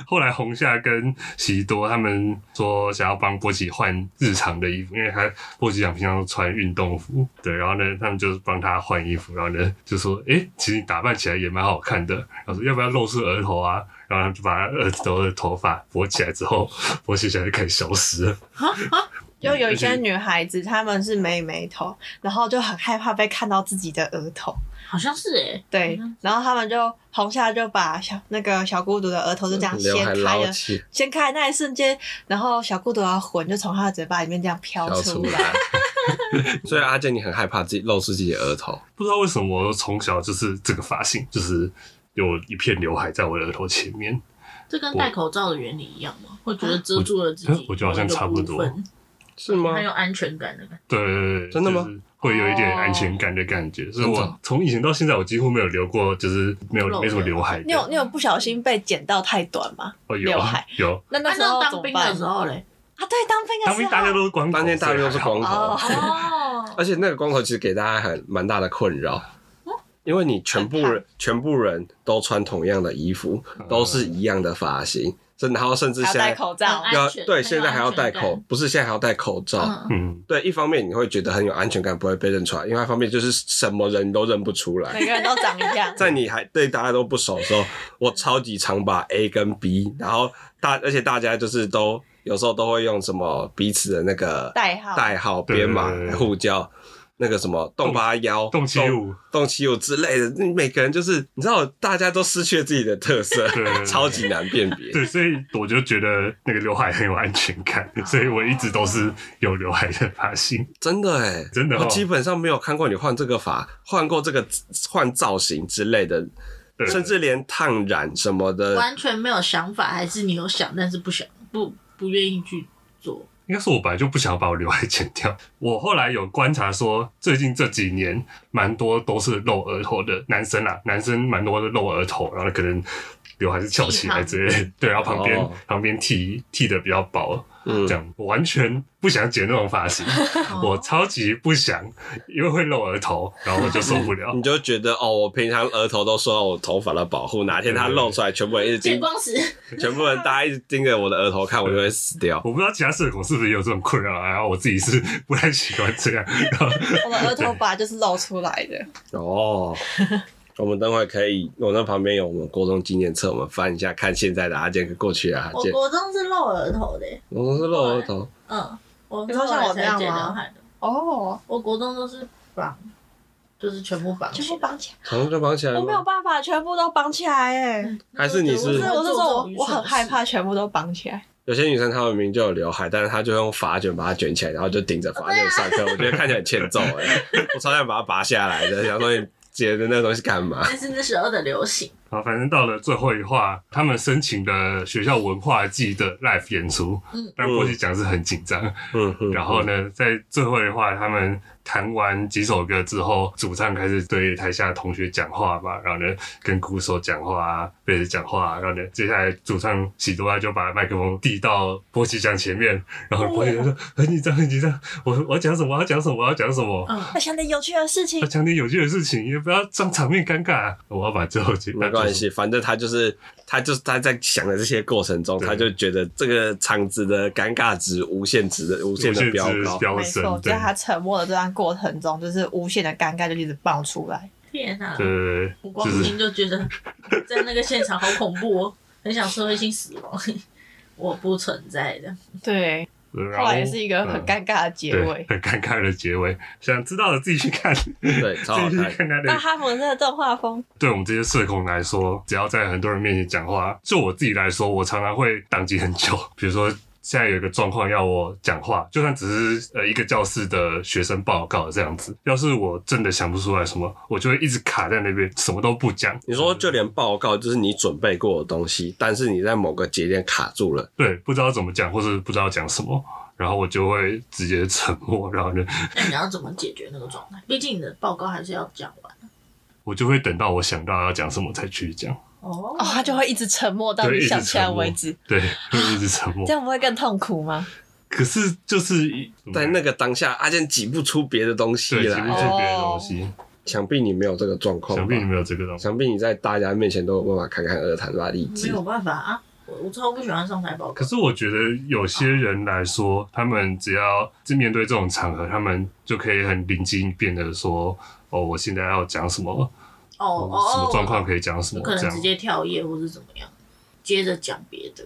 后来红夏跟喜多他们说想要帮波奇换日常的衣服，因为他波奇想平常都穿运动服，对，然后呢，他们就是帮他换衣服，然后呢就说，诶，其实你打扮起来也蛮好看的，然后说要不要露出额头啊？然后他们就把他额头的头发拨起来之后，波奇现在就开始消失了。就有一些女孩子，她们是没眉头，然后就很害怕被看到自己的额头。好像是哎，对，然后她们就红夏就把小那个小孤独的额头就这样掀嗯刘海开捞了，起，掀开的那一瞬间，然后小孤独的魂就从她的嘴巴里面这样飘飘出出来。来。 所以阿健，你很害怕自己露出自己的额头，不知道为什么我从小就是这个发型，就是有一片刘海在我的额头前面。这跟戴口罩的原理一样吗？会觉得遮住了自己啊我， 我觉得好像差不多是吗很？有安全感的感对对对，真的吗？会有一点安全感的感觉，所以真我的从以前到现在，我几乎没有留过，就是没有露的没什么刘海的。你有你有不小心被剪到太短吗？哦有刘海有，那觉。那时啊那候当怎么兵办的时候嘞，啊，对，当兵的时候，当兵大家都是光头，当天大所以约都是光头 哦，，哦，而且那个光头其实给大家很蛮大的困扰，哦因为你全部人全部人都穿同样的衣服，都是一样的发型，甚然后甚至还要现戴在口罩很安，要全很对有现在还要戴安全感口，不是现在还要戴口罩。嗯，嗯，对，一方面你会觉得很有安全感，不会被认出来；，另外一方面就是什么人都认不出来。。每个人都长一 样在你还对大家都不熟的时候，我超级常把 A 跟 B，然后大而且大家就是都有时候都会用什么彼此的那个代号代号编码对对对来互叫，那个什么动八幺、动七五、动七五之类的，你每个人就是你知道，大家都失去了自己的特色对对对，超级难辨别。对，所以我就觉得那个刘海很有安全感，所以我一直都是有刘海的发型。真的哎，真的哦我基本上没有看过你换这个发，换过这个 换造型之类的，对甚至连烫染什么的， 完全没有想法，还是你有想，但是不想不不愿意去 做，应该是我本来就不想把我刘海剪掉。我后来有观察说，最近这几年蛮多都是露额头的男生啦，男生蛮多是露额头，然后可能刘海是翘起来之类的，对，然后旁边、哦旁边剃剃的比较薄，嗯哦这，样我完全不想剪那种发型，我超级不想，因为会露额头，然后我就受不了你。就觉得哦，我平常额头都受到我头发的保护，哪天它露出来，全部人一 直见 盯，光死，全部人大家一直盯着我的额头看，我就会死 掉。我不知道其他社恐是不是也有这种困扰啊，然后我自己是不太喜欢这样。然后我的额头本来就是露出来的，哦， 我们等会可以，我那旁边有我们国中纪念册，我们翻一下看现在的阿健跟过去的阿我健。国中是露额头的欸，我们是露额头，嗯，我你说像我这样吗后来才剪刘海的，哦，我国中都是绑，就是全部绑起全来，部绑起头发就绑起来来，我没有吗？办法全部都绑起来哎、嗯还是你是不我觉是，得我是说我我我很害怕全部都绑起 来，有些女生她们明明就有刘海，但是她就用发卷把它卷起来，然后就顶着发卷上课，我觉得看起来很欠揍哎、我超想把它拔下来的，想说你剪的那个东西干嘛？这是那时候的流行。好，反正到了最后一话，他们申请了学校文化季的 live 演出，嗯但波西讲是很紧张。嗯，嗯然后？呢，在最后一话，他们弹完几首歌之后，主唱开始对台下同学讲话嘛，然后呢跟鼓手讲话啊，贝斯讲话、啊，然后呢，接下来主唱喜多拉就把麦克风递到波西酱前面，然后波西酱哦说很紧张，很紧张，我我要讲什么，我要讲什么，我要讲什么。嗯，要想点有趣的事情要。讲点有趣的事情，也不要让场面尴尬、啊我要把最后结没关，系，反正她就是她就是她在想的这些过程中，对她就觉得这个场子的尴尬值无限值的无限无的限飙值高。飙没升错，，对在他沉默的这段过程中，就是无限的尴尬就一直爆出来。天啊哪！对我就光是听就 觉得在那个现场好恐怖哦，很想社会性死亡。 我不存在的，对，对，然后后嗯来也是一个很尴尬的结对尾。很尴尬的结尾。想知道的自己去看，对超好看自己去看他那的。哈姆真的动画风， 对我们这些社恐来说，只要在很多人面前讲话，就我自己来说，我常常会宕机很久。 比如说。现在有一个状况要我讲话，就算只是呃一个教室的学生报告这样子，要是我真的想不出来什么，我就会一直卡在那边，什么都不讲。你说就连报告，就是你准备过的东西，但是你在某个节点卡住了，对，不知道怎么讲，或是不知道讲什么，然后我就会直接沉默，然后呢，那你要怎么解决那个状态？毕竟你的报告还是要讲完。我就会等到我想到要讲什么才去讲，哦哦，他就会一直沉默到对，你一想直起来沉默为止，，对， 会一直沉默这。样不会更痛苦吗？可是就是一在那个当下，阿健挤不出别的东西嗯对，其实来。是别的哦东西，想必你没有这个状况吧，想必你没有这个东西。想必你在大家面前都有办法侃侃而谈吧，理没智。有办法啊，我我超不喜欢上台报告。可是我觉得有些人来说，他们只要是面对这种场合，他们就可以很灵机一变的说：“哦，我现在要讲什么，哦什哦哦，么状况可以讲什我么可，这能样直接跳页或是怎么样，接着讲别的。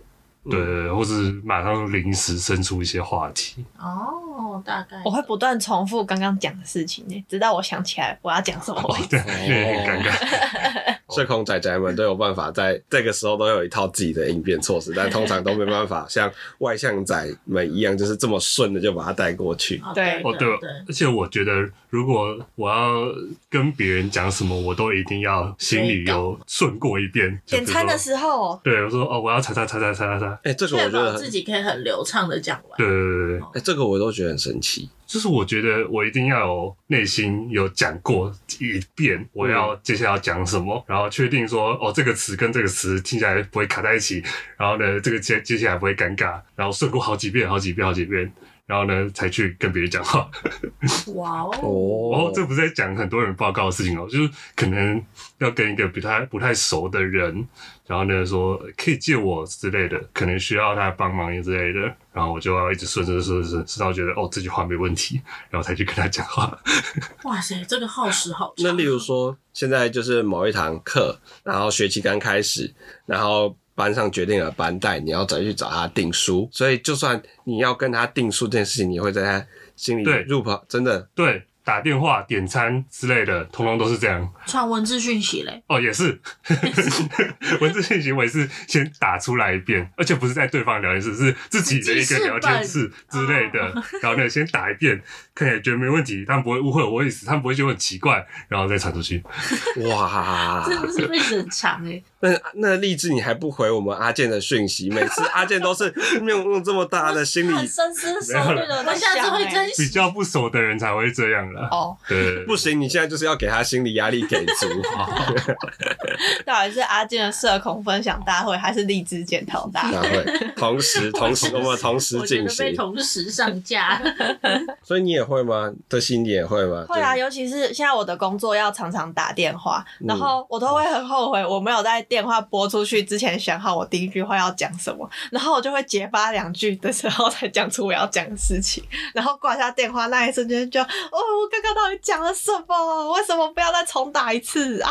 对对，对或是马上临时生出一些话题。哦，大概我会不断重复刚刚讲的事情呢，直到我想起来我要讲什么为 止。对，也很尴尬。社恐仔仔们都有办法在这个时候都有一套自己的应变措施，但通常都没办法像外向仔们一样，就是这么顺的就把它带过 去。哦对哦，对对，而且我觉得，如果我要跟别人讲什么，我都一定要心里有顺过一遍。就比点如餐的说时候，对，我说哦，我要叉叉叉叉叉叉叉。哎、这个我确觉得保很，自哎、己可以很流畅的讲完。对对对对对，这个我都觉得很神奇。就是我觉得我一定要有内心有讲过一遍，我要接下来要讲什么，然后确定说哦，这个词跟这个词听起来不会卡在一起，然后呢，这个接接下来不会尴尬，然后顺过好几遍、好几遍、好几遍，然后呢，才去跟别人讲话。哇哦，哦哦，，这不是在讲很多人报告的事情哦，就是可能要跟一个不太不太熟的人，然后呢说可以借我之类的，可能需要他帮忙之类的，然后我就要一直顺顺顺顺，直到觉得哦这句话没问题，然后才去跟他讲话。 哇塞，这个耗时好长。那例如说，现在就是某一堂课，然后学期刚开始，然后班上决定了班带，你要再去找他订书，所以就算你要跟他订书这件事情，你会在他心里对入跑，真的对，打电话、点餐之类的，通通都是这样。传文字讯息嘞，哦，也是， 文字信息我也是先打出来一遍，而且不是在对方聊天室，是自己哦的一个聊天室之类的。然后呢，先打一遍，看起来觉得没问题，他们不会误会我意思，他们不会觉得我很奇怪，然后再传出去。 哇，真的是被冷藏哎。那那励志你还不回我们阿健的讯息，每次阿健 都是用用这么大的心理他很深思熟虑的，我欸下次会珍比惜。较不熟的人才会这样啦。欸哦，对，不行，你现在就是要给他心理压力给 足。哦到底是阿健的社恐分享大会，还是荔枝检讨大大会？会同时同时我们同时 我觉进得被行，同时上架，所以你也会吗？德心你也会吗？会啊，就尤其是现在我的工作要常常打电话，嗯然后我都会很后悔我没有在电话拨出去之前想好我第一句话要讲什么， 然后我就会结 巴两句的时候才讲出我要讲的事情，然后挂下电话那一瞬间就哦，我刚刚到底讲了什么？为什么不要再重打一次啊？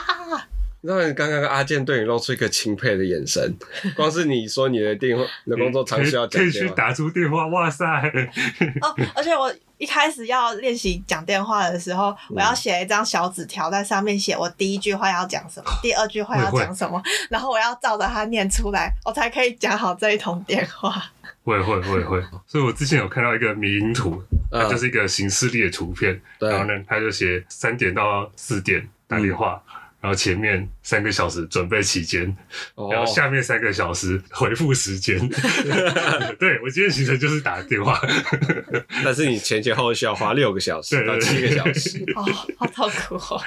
那刚刚阿健对你露出一个钦佩的眼神，光是你说你的电话、你的工作啊常需要可讲以去电话，打出电话，哇塞！哦，而且我一开始要练习讲电话的时候，我嗯要写一张小纸条，在上面写我第一句话要讲什么，第二句话要讲什么，然后我要照着它念出来，我才可以讲好这一通 电话。会会会会，所以我之前有看到一个迷因图，它嗯就是一个行事历的图片，对然后呢，它就写三点到四点打电话，嗯然后前面三个小时准备期间，哦然后下面三个小时回复时 间。对我今天行程就是打电话，但是你前前后后需要花六个小时对到对七对个小时，哦，好痛苦哦，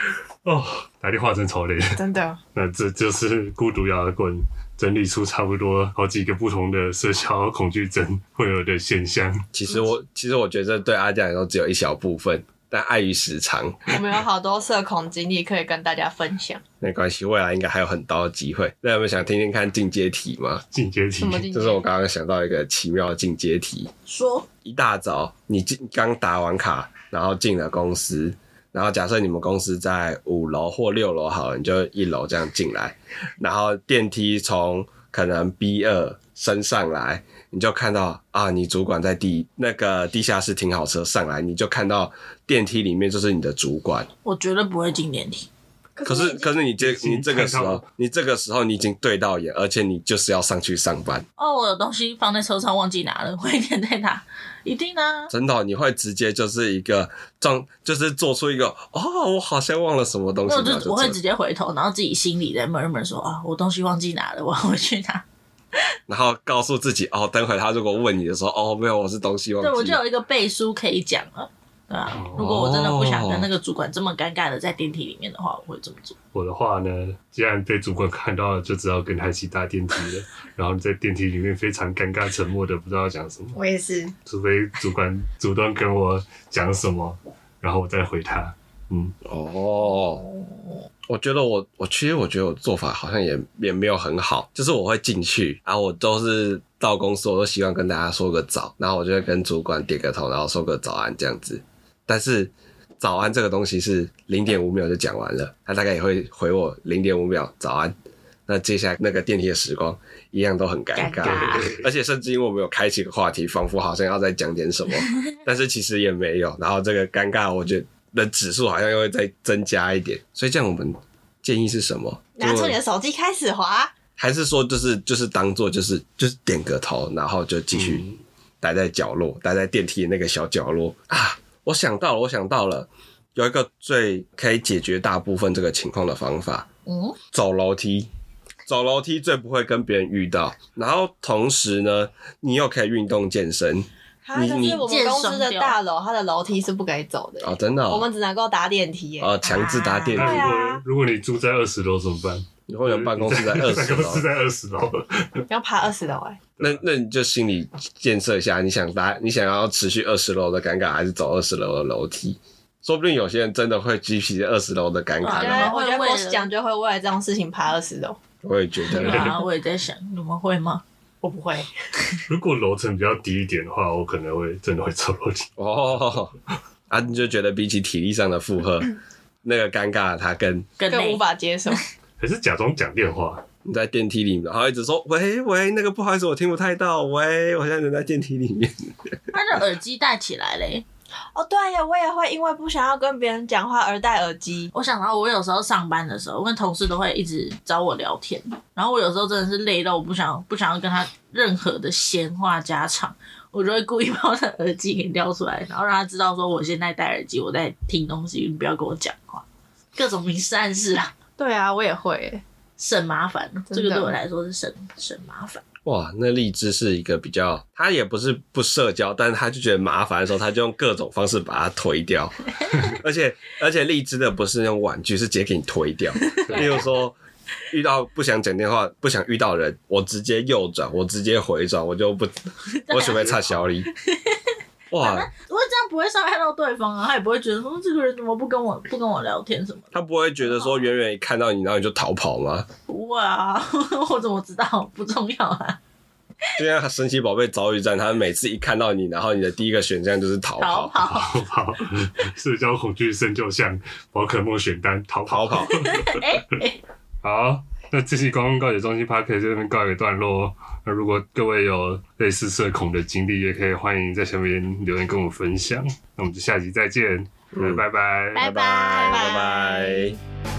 哦，打电话真超累。真的。那这就是孤独摇滚整理出差不多好几个不同的社交恐惧症会有的现象。其实我其实我觉得对阿健来说只有一小部分，但碍于时长我们有好多社恐经历可以跟大家分享。没关系，未来应该还有很多的机会。那有没有想听听看进阶题吗？进阶题什，么进这是我刚刚想到一个奇妙的进阶题。 说一大早你进刚打完卡，然后进了公司，然后假设你们公司在五楼或六楼好了，你就一楼这样进来，然后电梯从可能 B 二升上来，你就看到啊，你主管在地那个地下室停好车上来，你就看到电梯里面就是你的主管。我绝对不会进电梯，可是可是你这已你经这个时看到候了，你这个时候你已经对到眼，而且你就是要上去上班。哦，我有东西放在车上忘记拿了，我一定再拿，一定啊拿。真的哦、你会直接就是一个状，就是做出一个哦，我好像忘了什么东西，那我然后就我会做直接回头，然后自己心里在 murmur 说啊，我东西忘记拿了，我要回去拿。然后告诉自己哦，等会他如果问你的时候，哦，没有，我是东西忘记对，了。我就有一个背书可以讲了。对啊哦，如果我真的不想跟那个主管这么尴尬的在电梯里面的话，我会这么做。我的话呢，既然被主管看到了，就只好跟他一起搭电梯了。然后在电梯里面非常尴尬、沉默的，不知道要讲什么，我也是，除非主管主动跟我讲什么，然后我再回他。嗯，哦，我觉得我我其实我觉得我做法好像也也没有很好，就是我会进去啊，我都是到公司我都习惯跟大家说个早，然后我就会跟主管点个头，然后说个早安这样子。但是早安这个东西是零点五秒就讲完了，他大概也会回我零点五秒早安。那接下来那个电梯的时光一样都很尴尬，尴尬而且甚至因为我们有开启个话题，仿佛好像要再讲点什么， 但是其实也没有。然后这个尴尬，我觉得的指数好像又会再增加一点。所以这样，我们建议是什么？拿出你就的手机开始滑。还是说就是就是当做就是就是点个头，然后就继续嗯待在角落，待在电梯的那个小角落啊！我想到了，我想到了，有一个最可以解决大部分这个情况的方法，嗯，走楼梯。走楼梯最不会跟别人遇到，然后同时呢，你又可以运动健身啊，你但你是我们公司的大楼，它的楼梯是不可以走的耶、哦，真的、我哦，们只能够搭电梯耶、哦，强制搭电那梯如。对果、啊如果你住在二十楼怎么办？你会有办公室在二十嗯办公楼室，在二十楼，要爬二十楼哎。那那你就心理建设一下，你想搭，你想要持续二十楼的尴尬，还是走二十楼的楼梯？说不定有些人真的会激起二十楼的尴我尬觉对然啊后得，我觉得会为了 boss 讲就会为了这种事情爬二十楼，我也觉对得，啊，我也在想，你们会吗？我不会。如果楼层比较低一点的话，我可能会真的会走楼梯。哦，啊，你就觉得比起体力上的负荷，那个尴尬，他跟更更累无。法接受。还是假装讲电话，你在电梯里面，然后一直说喂喂，那个不好意思，我听不太到，喂，我现在人在电梯里面。他的耳机戴起来嘞。 哦，对呀，我也会因为不想要跟别人讲话而戴耳机。我想到我有时候上班的时候，我跟同事都会一直找我聊天，然后我有时候真的是累到我不想不想要跟他任何的闲话家常，我就会故意 把我的耳机给叼出来，然后让他知道说我现在戴耳机，我在听东西，你不要跟我讲话，各种明示暗示啊，对啊，我也会耶、省麻烦。的这个对我来说是省省麻烦。哇，那荔枝是一个比较，他也不是不社交，但是他就觉得麻烦的时候，他就用各种方式把它推掉。而且而且荔枝的不是用婉拒，是直接给你推掉。例如说，遇到不想讲电话、不想遇到人，我直接右转，我直接回转，我就不，我准备插小李。哇，我这样不会伤害到对方啊，他也不会觉得说这个人怎么不跟我不跟我聊天什么的，他不会觉得说远远一看到你，然后你就逃跑吗？ 不会啊，我怎么知道？不重要啊。就像神奇宝贝遭遇战，他们每次一看到你，然后你的第一个选项就是逃逃跑，跑，逃跑，社交恐惧症就像宝可梦选单逃跑逃。跑。哎哎，好，那这期光告解中心 p a r k 这边告一个段落。哦那如果各位有类似社恐的经历，也可以欢迎在下面留言跟我分享。那我们就下集再见，嗯拜拜。拜拜拜拜。